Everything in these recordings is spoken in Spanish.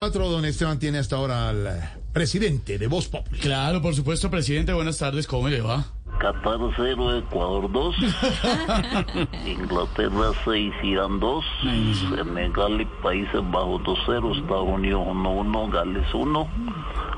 4, don Esteban tiene hasta ahora al eh, presidente de Voz Pop. Claro, por supuesto, presidente. Buenas tardes, ¿cómo le va? Qatar 0, Ecuador 2, Inglaterra 6, Irán 2, Senegal y Países Bajos 2-0, Estados Unidos 1-1, Gales 1.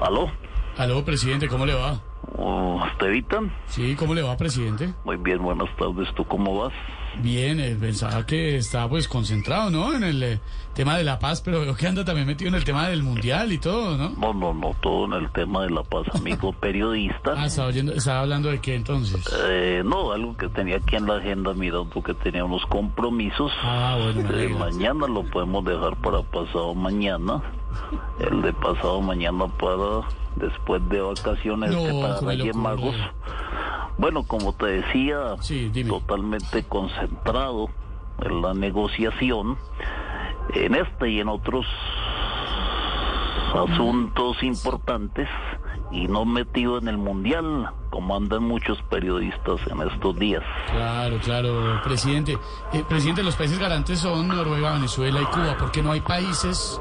¿Aló? Aló, presidente, ¿cómo le va? Oh, ¿Te evitan? Sí, ¿cómo le va, presidente? Muy bien, buenas tardes. ¿Tú cómo vas? Bien, eh, pensaba que está pues concentrado, ¿no? En el eh, tema de la paz, pero veo que anda también metido en el tema del mundial y todo, ¿no? No, no, no, todo en el tema de la paz, amigo periodista. Ah, estaba, oyendo- estaba hablando de qué entonces. Eh, no, algo que tenía aquí en la agenda, mira, porque tenía unos compromisos. Ah, bueno, me Eh, alegra. mañana lo podemos dejar para pasado mañana. El de pasado mañana para después de vacaciones No, que para se me le Reyes ocurre. Magos. Bueno, como te decía, Sí, dime. totalmente concentrado en la negociación, en este y en otros asuntos importantes y no metido en el mundial, como andan muchos periodistas en estos días. Claro, claro, presidente. Eh, presidente, los países garantes son Noruega, Venezuela y Cuba. ¿Por qué no hay países,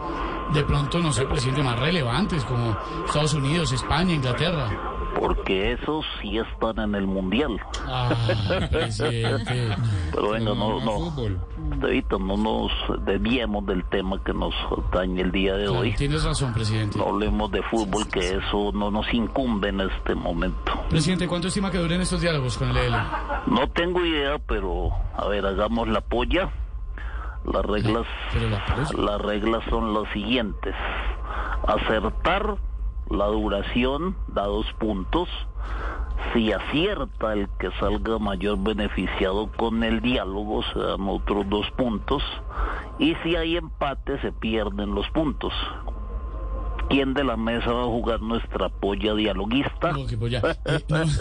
de pronto, no sé, presidente, más relevantes como Estados Unidos, España, Inglaterra? Porque esos sí están en el mundial. Ah, presidente. Pero venga, no, no. Estevita, no nos desviemos del tema que nos atañe el día de Claro, hoy. tienes razón, presidente. No hablemos de fútbol, que eso no nos incumbe en este momento. Presidente, ¿cuánto estima que duren estos diálogos con el ELN? No tengo idea, pero a ver, hagamos la polla. Las reglas, Pero la pausa. las reglas son las siguientes: acertar la duración da dos puntos. Si acierta el que salga mayor beneficiado con el diálogo, se dan otros dos puntos. Y si hay empate, se pierden los puntos. ¿Quién de la mesa va a jugar nuestra polla dialoguista? No, que pues ya. Eh, no, no.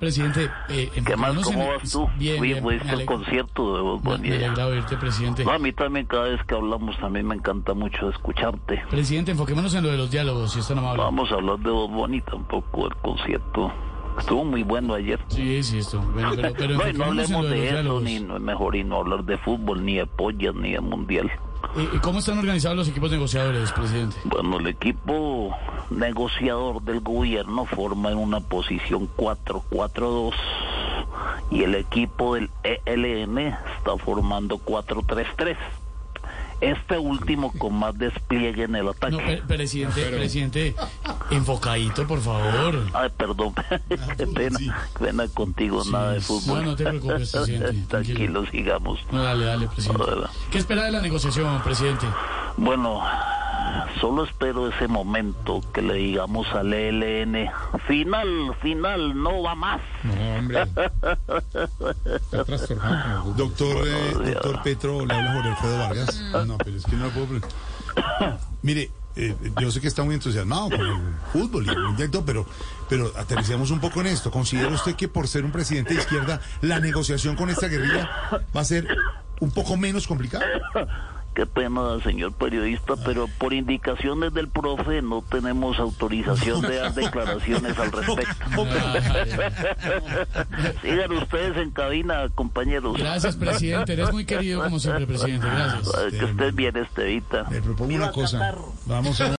Presidente, eh, ¿Qué más? enfoquémonos en ¿Cómo el- vas tú? Bien, Oye, pues, bien, ¿fuiste me al ale- concierto de Bad Bunny me allá? alegra oírte, presidente. No, a mí también cada vez que hablamos también me encanta mucho escucharte. Presidente, enfoquémonos en lo de los diálogos, si está amable. Vamos a hablar de Bob Bunny tampoco, el concierto. Estuvo muy bueno ayer. Sí, sí, esto. Bueno, pero, pero no, y no enfoquémonos en hablemos lo de los de eso, diálogos. ni no, mejor y no hablar de fútbol, ni de pollas, ni de mundial. Eh, eh, ¿Cómo están organizados los equipos negociadores, presidente? Bueno, el equipo negociador del gobierno forma en una posición 4-4-2 y el equipo del ELN está formando 4-3-3. Este último con más despliegue en el ataque. No, eh, pre- presidente, presidente, enfocadito, por favor. Ay, perdón, Ah, qué pena, qué pena contigo, nada de fútbol. No, no te preocupes, presidente, tranquilo. Tranquilo, sigamos. No, dale, dale, presidente. Ahora. ¿Qué espera de la negociación, presidente? Bueno, solo espero ese momento que le digamos al ELN, final, final, no va más. No, hombre. Está trastornado. como Hugo. Doctor, eh, Buenos días. Ah. doctor Petro, le habla Jorge Alfredo Vargas. No, pero es que no la puedo. pre- Mire, eh, yo sé que está muy entusiasmado con el fútbol y el mundial, todo, pero, pero aterricemos un poco en esto. ¿Considera usted que por ser un presidente de izquierda, la negociación con esta guerrilla va a ser un poco menos complicada? Qué pena, señor periodista, Ah. pero por indicaciones del profe no tenemos autorización de dar declaraciones al respecto. Sigan ustedes en cabina, compañeros. Gracias, presidente. Eres muy querido como siempre, presidente. Gracias. Que estés bien, Estevita. Le propongo una cosa. Vamos a.